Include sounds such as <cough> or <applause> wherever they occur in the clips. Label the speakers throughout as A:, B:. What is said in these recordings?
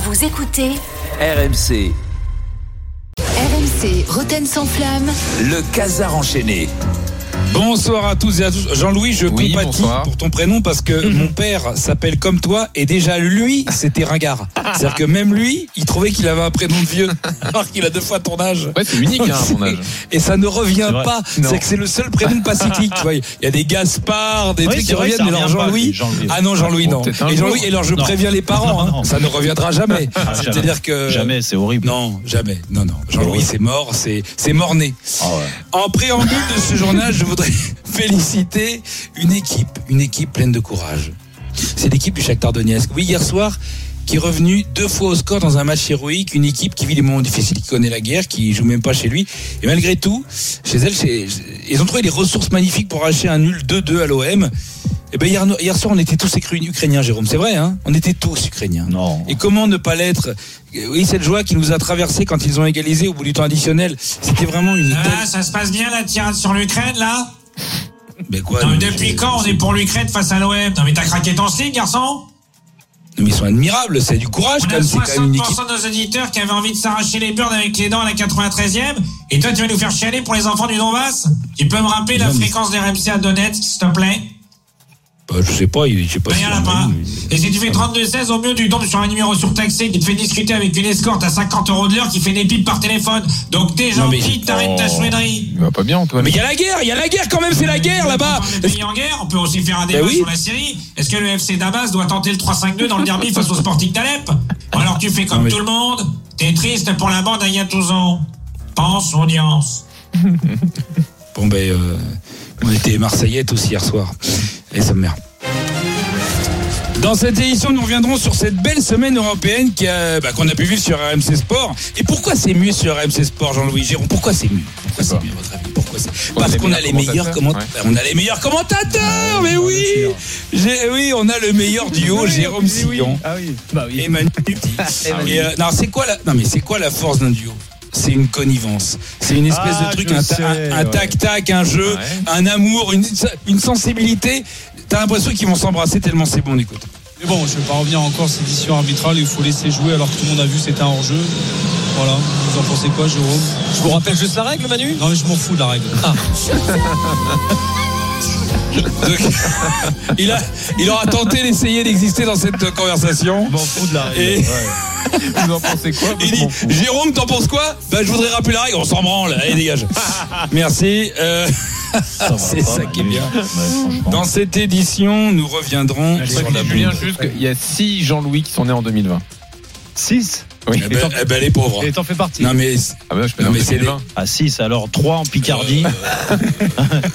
A: Vous écoutez
B: RMC,
A: RMC Roten sans flamme.
B: le casar enchaîné.
C: Bonsoir à tous et à tous. Jean-Louis, je
D: Oui,
C: compatis
D: bonsoir.
C: pour ton prénom parce que
E: Mhm.
C: mon père s'appelle comme toi et déjà lui, c'était ringard. C'est-à-dire que même lui, il trouvait qu'il avait un prénom de vieux <laughs> alors qu'il a deux fois ton âge.
D: Ouais, c'est unique hein, à mon âge.
C: Et ça ne revient
E: vrai.
C: pas. C'est que c'est le seul prénom pas cyclique. Tu vois, il y a des Gaspard, des
E: Oui,
C: trucs
E: c'est
C: qui
E: vrai,
C: reviennent,
E: ça
C: mais alors
E: revient pas,
C: Jean-Louis.
E: Jean-Louis.
C: Ah non, Jean-Louis, non.
D: peut-être un
C: Et Jean-Louis,
D: jour.
C: et alors je
E: Non.
C: préviens les parents,
E: Non,
C: hein,
E: non.
C: ça ne reviendra jamais.
E: Ah, jamais.
C: C'est-à-dire que.
E: Jamais, c'est horrible.
C: Euh, Non, jamais. Non, non. Jean-Louis, c'est mort, c'est c'est mort-né.
E: Ah
C: En préambule de ce journal, je voudrais <laughs> féliciter une équipe, une équipe pleine de courage. C'est l'équipe du Shakhtar Donetsk. Oui, hier soir, qui est revenue deux fois au score dans un match héroïque, une équipe qui vit des moments difficiles, qui connaît la guerre, qui joue même pas chez lui. Et malgré tout, chez elle, chez- ils ont trouvé des ressources magnifiques pour arracher un nul 2-2 à l'OM. Et ben hier, hier soir, on était tous écru- ukrainiens, Jérôme. C'est vrai, hein On était tous ukrainiens.
E: Non.
C: Et comment ne pas l'être Euh, Oui, cette joie qui nous a traversé quand ils ont égalisé au bout du temps additionnel, c'était vraiment une
F: Ah,
C: belle.
F: ça se passe bien la tirade sur l'Ukraine là
C: Mais quoi
F: Non mais
C: mais-
F: depuis quand on est pour l'Ukraine face à l'OM Non mais t'as craqué ton slip garçon
C: Mais ils sont admirables, c'est du courage
F: On
C: quand
F: a
C: même. C'est quand même une
F: 60%
C: équipe.
F: de nos auditeurs qui avaient envie de s'arracher les burnes avec les dents à la 93 e Et toi tu vas nous faire chialer pour les enfants du Donbass Tu peux me rappeler la
C: Non, mais-
F: fréquence des RMC à Donetsk s'il te plaît
C: Bah, je sais pas, il- je sais pas.
F: Ben,
C: si
F: y en
C: il
F: a
C: en a
F: pas.
C: eu, mais-
F: Et si tu fais 32-16, au mieux, tu tombes sur un numéro surtaxé qui te fait discuter avec une escorte à 50 euros de l'heure qui fait des pipes par téléphone. Donc, t'es
C: Non, mais-
F: gentil, t'arrêtes ta chouinerie.
D: Il va pas bien, Antoine.
C: Mais il y a la guerre, il y a la guerre quand même, c'est la guerre là-bas.
F: On parle de pays en guerre, on peut aussi faire un débat
C: Ben oui.
F: sur la Syrie. Est-ce que le FC Damas doit tenter le 3-5-2 dans le derby face au Sporting d'Alep Ou alors tu fais comme
C: Non, mais-
F: tout le monde, t'es triste pour la bande à Yatouzan. Pense, audience.
C: Bon ben, euh, on était Marseillais tous hier soir. Et ça me merde. Dans cette édition, nous reviendrons sur cette belle semaine européenne qui a- bah, qu'on a, pu vivre sur RMC Sport. Et pourquoi c'est mieux sur RMC Sport, Jean-Louis Géron Pourquoi c'est mieux Pourquoi c'est mieux, à votre avis Pourquoi c'est- Parce
D: les
C: qu'on a les
D: meilleurs
C: meilleurs commentateurs.
D: commentateurs,
C: On a les meilleurs commentateurs, mais oui J'ai- Oui, on a le meilleur duo, Jérôme Sillon
E: Ah oui. Bah oui.
C: et Manu
G: <laughs>
C: Petit.
G: Ah
C: Et, euh, non, c'est quoi la, non, mais c'est quoi la force d'un duo c'est une connivence, c'est une espèce
E: Ah,
C: de truc,
E: je
C: un, ta-
E: sais,
C: un- un
E: ouais.
C: tac-tac, un jeu,
D: Ouais.
C: un amour, une, une sensibilité. T'as l'impression qu'ils vont s'embrasser tellement c'est bon, écoute.
G: Mais bon, je ne vais pas revenir encore cette décision arbitrale. Il faut laisser jouer alors que tout le monde a vu c'était un hors-jeu. Voilà. Vous en pensez quoi, Jérôme Je vous rappelle juste la règle, Manu Ah. Non, mais je m'en fous de la règle.
C: <laughs> Donc, il, a, il aura tenté d'essayer d'exister dans cette conversation.
E: Je m'en fous de la règle. <laughs>
C: Et-
E: Ouais.
D: Vous en pensez <laughs> quoi
C: Il dit Jérôme, t'en penses quoi Bah, je voudrais rappeler la règle, on s'en branle, allez, dégage. Merci. euh,
E: va
C: c'est
E: pas,
C: ça qui est
E: Manu.
C: bien.
E: Ouais, franchement.
C: Dans cette édition, nous reviendrons sur la
D: Julien,
C: boule.
D: juste qu'il y a 6 Jean-Louis qui sont nés en 2020.
E: 6
D: Oui.
C: Eh ben, eh ben, les pauvres.
E: Et t'en fais partie.
C: Non mais
D: Ah bah, je peux
C: Non,
D: en
C: mais c'est
D: 2020.
G: Ah 6, alors 3 en
C: Euh,
G: Picardie.
E: Euh,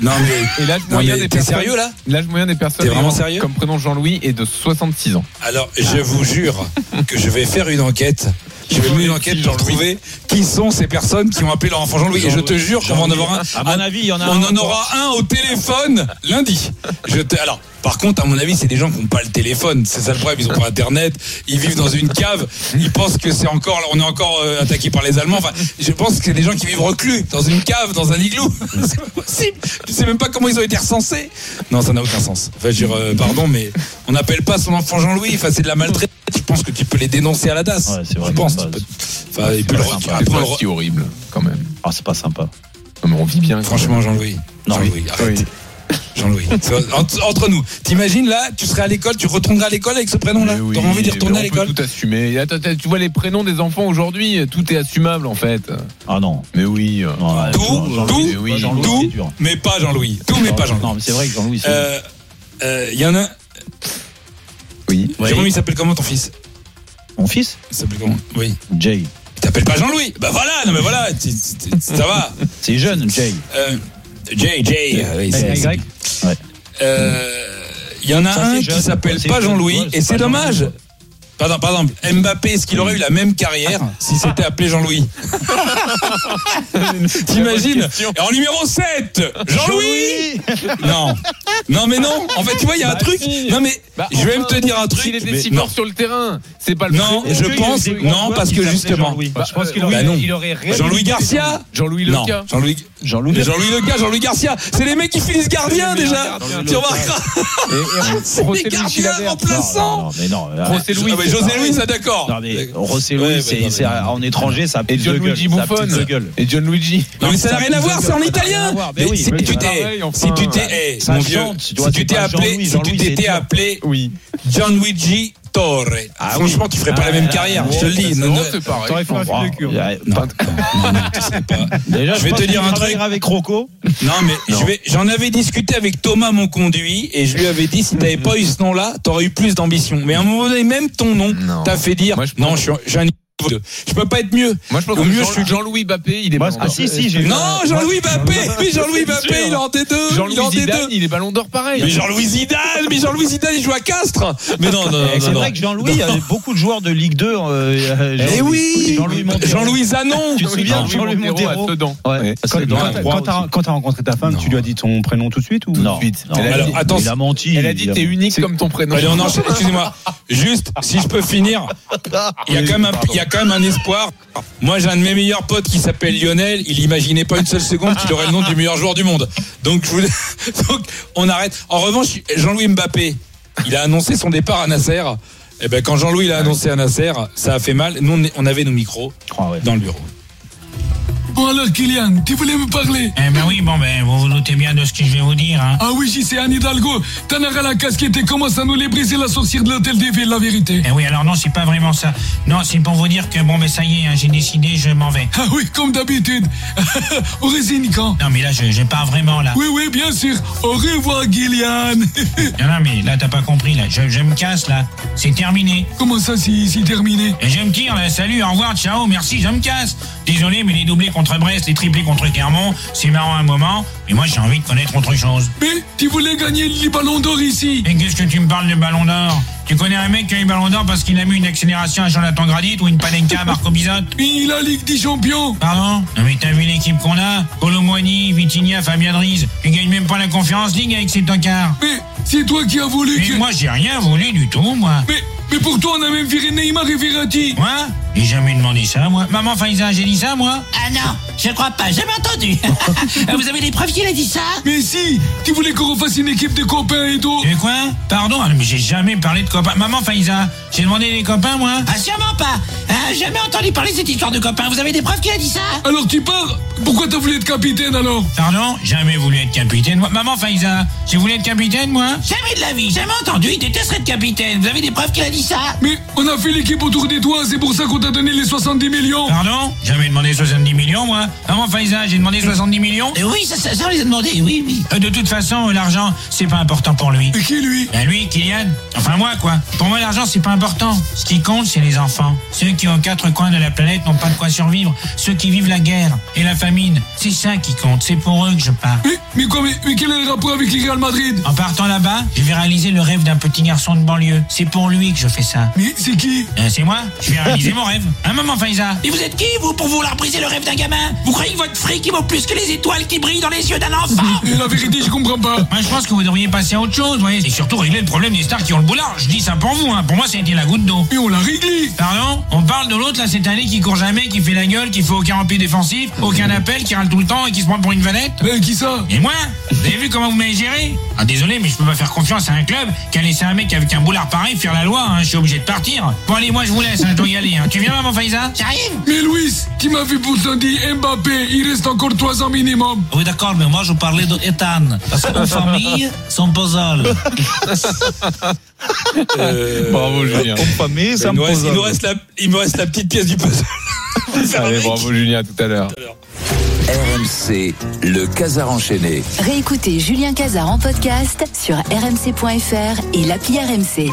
C: non mais
D: Et l'âge
C: non
D: moyen
C: mais
D: des
C: t'es
D: personnes.
C: sérieux là
D: L'âge moyen des personnes.
C: T'es vraiment
D: ayant
C: sérieux Ah
D: Comme prénom Jean-Louis est de 66 ans.
C: Alors je vous jure que je vais faire une enquête. Je vais
D: sont
C: mener une
D: les
C: enquête
D: petits
C: pour
D: Jean-Louis
C: trouver qui sont ces personnes qui ont appelé leur enfant Jean-Louis. Et je te jure qu'on va en avoir un.
G: À mon avis, il y en a
C: On
G: un
C: en aura un au téléphone lundi. Je te... Alors, par contre, à mon avis, c'est des gens qui n'ont pas le téléphone. C'est ça le problème. Ils n'ont pas Internet. Ils vivent dans une cave. Ils pensent que c'est encore, on est encore euh, attaqué par les Allemands. Enfin, je pense que c'est des gens qui vivent reclus dans une cave, dans un igloo. c'est pas possible. Tu sais même pas comment ils ont été recensés. Non, ça n'a aucun sens. Enfin, je veux dire, euh, pardon, mais on n'appelle pas son enfant Jean-Louis. Enfin, c'est de la maltraitance. Je pense que tu peux les dénoncer à la DAS.
G: Ouais, c'est vrai,
C: Je pense.
G: de
C: Tu
G: base.
C: peux- Enfin, et puis
G: pas
C: le-
G: sympa.
C: tu-
D: C'est
C: bah, après,
D: pas
C: le-
D: si horrible, quand même.
G: Ah, c'est pas sympa.
D: Non, mais on vit bien. quand
C: Franchement, Jean-Louis.
G: Non,
C: Jean-Louis,
D: même.
C: arrête.
D: Oui.
C: Jean-Louis. C'est Entre, entre nous, t'imagines là, tu serais à l'école, tu retournerais à l'école avec ce prénom-là
D: Mais oui,
C: T'aurais envie d'y
D: mais
C: retourner à
D: on peut
C: l'école
D: Tout assumer. Et attends, attends, tu vois les prénoms des enfants aujourd'hui, tout est assumable en fait.
G: Ah non.
D: Mais oui. euh,
G: Non, ouais,
C: Tout,
G: Jean-
C: tout,
D: mais oui.
G: Jean-Louis, c'est
C: tout,
G: dur.
C: mais pas Jean-Louis. Tout, mais pas
G: Non,
C: Jean-Louis.
G: mais c'est vrai que Jean-Louis,
C: Il
G: c'est.
C: euh, euh, y en a.
D: Oui.
G: Oui.
C: Jérôme, il s'appelle comment ton fils
G: Mon fils
C: Il s'appelle comment
D: Mm.
C: Oui.
G: Jay.
C: Il t'appelle pas Jean-Louis Bah voilà, non mais voilà, tu- tu- tu- ça va.
G: C'est jeune, Jay.
C: Euh, Jay, Jay. euh, oui, c'est-
E: Y.
C: Euh, Il y en a
G: Ça, c'est
C: un qui
G: jeune,
C: s'appelle
G: c'est
C: pas
G: jeune,
C: Jean-Louis
G: ouais,
C: et
G: c'est
C: c'est
G: pas Jean-Louis,
C: dommage.
G: ouais.
C: Pardon, par exemple, Mbappé, est-ce qu'il aurait eu la même carrière si c'était appelé Jean-Louis T'imagines Et En numéro 7, Jean-Louis Non. Non mais non, en fait tu vois, il y a un
G: Bah,
C: truc.
G: si.
C: Non mais
D: Bah,
C: je vais
D: enfin,
C: même te dire un truc.
D: S'il était
C: mais
D: si
C: non.
D: fort sur le terrain, c'est pas le
C: Non,
D: prénom.
C: je
E: qu'il y a eu
C: pense,
E: des grands
C: non,
E: joueurs
C: parce
E: qui
C: que
E: s'appelaient
C: justement,
E: Jean-Louis
D: Bah,
E: Je pense qu'il
C: euh,
E: aurait-
C: bah non.
E: il aurait réellement-
C: Jean-Louis Garcia
D: Jean-Louis
C: Non,
D: Leca.
C: Jean-Louis
E: Jean-Louis
C: mais Jean-Louis Leca, Jean-Louis Garcia, c'est les mecs qui finissent gardien déjà. Tu remarqueras,
D: Et, et
C: c'est
D: José
C: les
D: Luis
C: gardiens
D: Chilabert.
E: Non,
C: remplaçants.
E: Ah, non, mais non. euh,
D: José Luis,
C: Ah, mais
D: c'est
C: José
D: pas-
C: Louis, ça d'accord.
E: Non, mais Rosé Louis,
C: Ouais, Oh, mais
E: c'est
C: non, mais-
E: c'est- en étranger, ça a
D: Et
E: plus de gueule.
D: Gianluigi
E: ça a plus
D: Buffon.
E: de gueule.
D: Et Gianluigi.
C: Non mais ça n'a rien à voir, c'est en italien.
E: voir, mais
C: Mais
E: oui,
C: si
E: mais
C: tu
E: c'est
C: t'es,
D: pareil, enfin.
C: si tu t'es, eh,
E: Ça
C: mon
E: chante,
C: vieux,
E: tu
C: si
E: dois-
C: tu
E: c'est
C: t'es
E: pas
C: appelé,
E: Jean-Louis,
C: si tu
E: Jean-Louis,
C: t'étais
E: c'est dur.
C: appelé
D: Oui.
C: Gianluigi Torre,
E: Ah oui.
C: franchement, tu ferais pas la même carrière. Je te le dis.
D: C'est
C: Non,
D: vraiment,
C: non.
D: c'est pareil.
G: T'aurais fait un film de cul.
E: Il y a-
C: Non, non, non, tu sais pas.
E: Déjà,
C: Je vais
E: pense
C: te dire
E: qu'il
C: un
E: travaillera
C: truc.
E: avec Rocco.
C: <laughs> Non, mais je vais- j'en avais discuté avec Thomas, mon conduit, et je lui avais dit si t'avais pas eu ce nom-là, t'aurais eu plus d'ambition. Mais à un moment donné, même ton nom
D: Non.
C: t'a fait dire
D: Moi, je
C: non,
D: pense-
C: je suis un- j'ai un niveau deux. Je peux pas être mieux.
D: Moi, je pense
C: Au
D: que
C: mieux,
D: Jean-
C: je suis-
D: Jean-Louis Mbappé, il est
E: Moi,
D: ballon
E: Ah
D: d'or.
E: si, si, j'ai
C: Non, Jean-Louis Mbappé, oui, Jean-Louis Mbappé, il est en D2, il est en
D: Jean-Louis Zidane,
C: D2.
D: il est ballon d'or pareil.
C: Mais Jean-Louis Zidane, mais Jean-Louis Zidane, il joue à Castres. Mais non, non, non,
E: C'est
C: non,
E: vrai
C: non.
E: que Jean-Louis, il y avait beaucoup de joueurs de Ligue 2. euh, euh,
C: Eh
E: Jean-Louis-
C: oui,
E: Jean-Louis Montero.
C: Jean-Louis Zanon.
E: Tu te souviens de Jean-Louis
D: à
E: Montero
D: Sedan.
E: Ouais, parce que
D: Quand-
E: dans
D: quand-
E: la
D: quand
E: droite aussi.
G: Quand t'as rencontré ta femme,
E: Non.
G: tu lui as dit ton prénom tout de suite ou
E: Non, non,
D: Elle a
E: alors,
D: dit-
E: attends,
C: elle
E: il a menti.
D: Elle a dit
E: il a-
D: t'es unique comme ton prénom.
C: Allez, on
E: <laughs>
C: enchaîne. Excusez-moi. Juste, si je peux finir, il y a quand même un, il y a quand même un espoir. Moi, j'ai un de mes meilleurs potes qui s'appelle Lionel. Il imaginait pas une seule seconde qu'il aurait le nom du meilleur joueur du monde. Donc, je vous- <laughs> donc on arrête. En revanche, Jean-Louis Mbappé, il a annoncé son départ à Nasser. Et ben, quand Jean-Louis l'a annoncé à Nasser, ça a fait mal. Nous, on est- on avait nos micros
E: Ah ouais.
C: dans le bureau.
A: Bon alors Kylian, tu voulais me parler
F: Eh ben oui, bon ben vous vous doutez bien de ce que je vais vous dire. Hein.
A: Ah oui, j'y sais, Anne Hidalgo, t'en as ras la casquette et commence à nous les briser la sorcière de l'hôtel des villes, la vérité.
F: Eh oui, alors non, c'est pas vraiment ça. Non, c'est pour vous dire que bon ben ça y est, hein, j'ai décidé, je m'en vais.
A: Ah oui, comme d'habitude. <laughs> Au résigne quand
F: Non mais là, je, je pars vraiment là.
A: Oui, oui, bien sûr. Au revoir, Gillian.
F: Non, non mais là t'as pas compris là. Je, je me casse là. C'est terminé.
A: <laughs> Comment ça, c'est c'est terminé
F: Et je me tire là. Salut, au revoir, ciao, merci, je me casse. Désolé, mais les doublés contre Brest, les triplés contre Clermont, c'est marrant un moment. Mais moi j'ai envie de connaître autre chose.
A: Mais tu voulais gagner les ballons d'or ici
F: Et qu'est-ce que tu me parles de Ballon d'Or Tu connais un mec qui a eu Ballon d'Or parce qu'il a mis une accélération à Jonathan Gradit ou une panenka à Marco Bizot
A: Et la Ligue des Champions
F: Pardon Non mais t'as vu l'équipe qu'on a Colomboigny, Vitinha, Fabien Dries. Tu gagnes même pas la conférence League avec ces tocards.
A: Mais c'est toi qui as voulu
F: Mais
A: que...
F: moi j'ai rien volé du tout, moi.
A: Mais, mais pour toi, on a même viré Neymar et Verratti.
F: Moi J'ai jamais demandé ça, moi. Maman Faiza, j'ai dit ça, moi
H: Ah non, je crois pas, jamais
F: <laughs>
H: entendu. Vous avez des preuves qu'il a dit ça
A: Mais si, tu voulais qu'on refasse une équipe de copains et d'autres.
F: Et quoi Pardon, ah, mais j'ai jamais parlé de copains. Maman Faiza, j'ai demandé les copains, moi
H: Ah sûrement pas. Hein, jamais entendu parler de cette histoire de copain. Vous avez des preuves qu'il a dit ça
A: Alors tu pars Pourquoi t'as voulu être capitaine alors
F: Pardon Jamais voulu être capitaine, moi. Maman Faiza, j'ai voulu être capitaine, moi
H: Jamais de la vie, jamais entendu. Il détesterait être capitaine. Vous avez des preuves qu'il a dit ça
A: Mais on a fait l'équipe autour des toits, c'est pour ça qu'on t'a donné les 70 millions.
D: Ah.
F: Pardon Jamais demandé 70 millions, moi. Maman Faiza, j'ai demandé 70 millions
H: Euh, Oui, ça, ça, ça, on les a demandé. Oui, oui.
F: Euh, De toute façon, euh, l'argent, c'est pas important pour lui.
A: Et qui lui
F: Ben lui, Kylian, enfin moi quoi. Pour moi, l'argent, c'est pas important. Ce qui compte, c'est les enfants. Ceux qui aux quatre coins de la planète n'ont pas de quoi survivre. Ceux qui vivent la guerre et la famine. C'est ça qui compte. C'est pour eux que je pars.
A: mais, mais quoi mais, mais quel est le rapport avec le Real Madrid
F: En partant là-bas, je vais réaliser le rêve d'un petit garçon de banlieue. C'est pour lui que je fais ça.
A: Mais c'est qui
F: Euh, c'est moi Je vais réaliser mon rêve. Hein, maman Faiza
H: Mais vous êtes qui, vous, pour vouloir briser le rêve d'un gamin Vous croyez que votre fric, il vaut plus que les étoiles qui brillent dans les yeux d'un enfant
A: Et La vérité, je comprends pas.
F: Moi, je pense que vous devriez passer à autre chose, vous voyez. Et surtout régler le problème des stars qui ont le boulard. Je dis ça pour vous, hein. Pour moi, ça a été la goutte d'eau.
A: Mais on l'a réglé.
F: Pardon On parle de l'autre là cette année qui court jamais, qui fait la gueule, qui fait aucun repli défensif, aucun appel, qui râle tout le temps et qui se prend pour une valette
A: Mais Ben, qui ça
F: Et moi Vous avez vu comment vous m'avez géré Ah désolé mais je peux pas faire confiance à un club qui a laissé un mec avec un boulard pareil faire la loi, hein. je suis obligé de partir. Bon allez moi je vous laisse, hein, je dois y aller. hein. Tu viens maman Faïza
H: J'arrive
A: Mais Luis, tu m'as vu pour ça dit Mbappé, il reste encore 3 ans minimum.
H: Oui, d'accord, mais moi, je parlais de Ethan. Parce qu'en famille, son puzzle.
C: Euh,
D: Bravo, Julien.
E: Mais ça
C: il,
E: me
C: nous reste,
E: pose
C: il nous
E: un-
C: reste la, il me reste la petite pièce du puzzle. <laughs> Faire
D: Allez,
C: avec.
D: bravo, Julien, à tout à l'heure.
B: RMC, le Casar enchaîné.
I: Réécoutez Julien Cazard en podcast sur rmc.fr et l'appli RMC.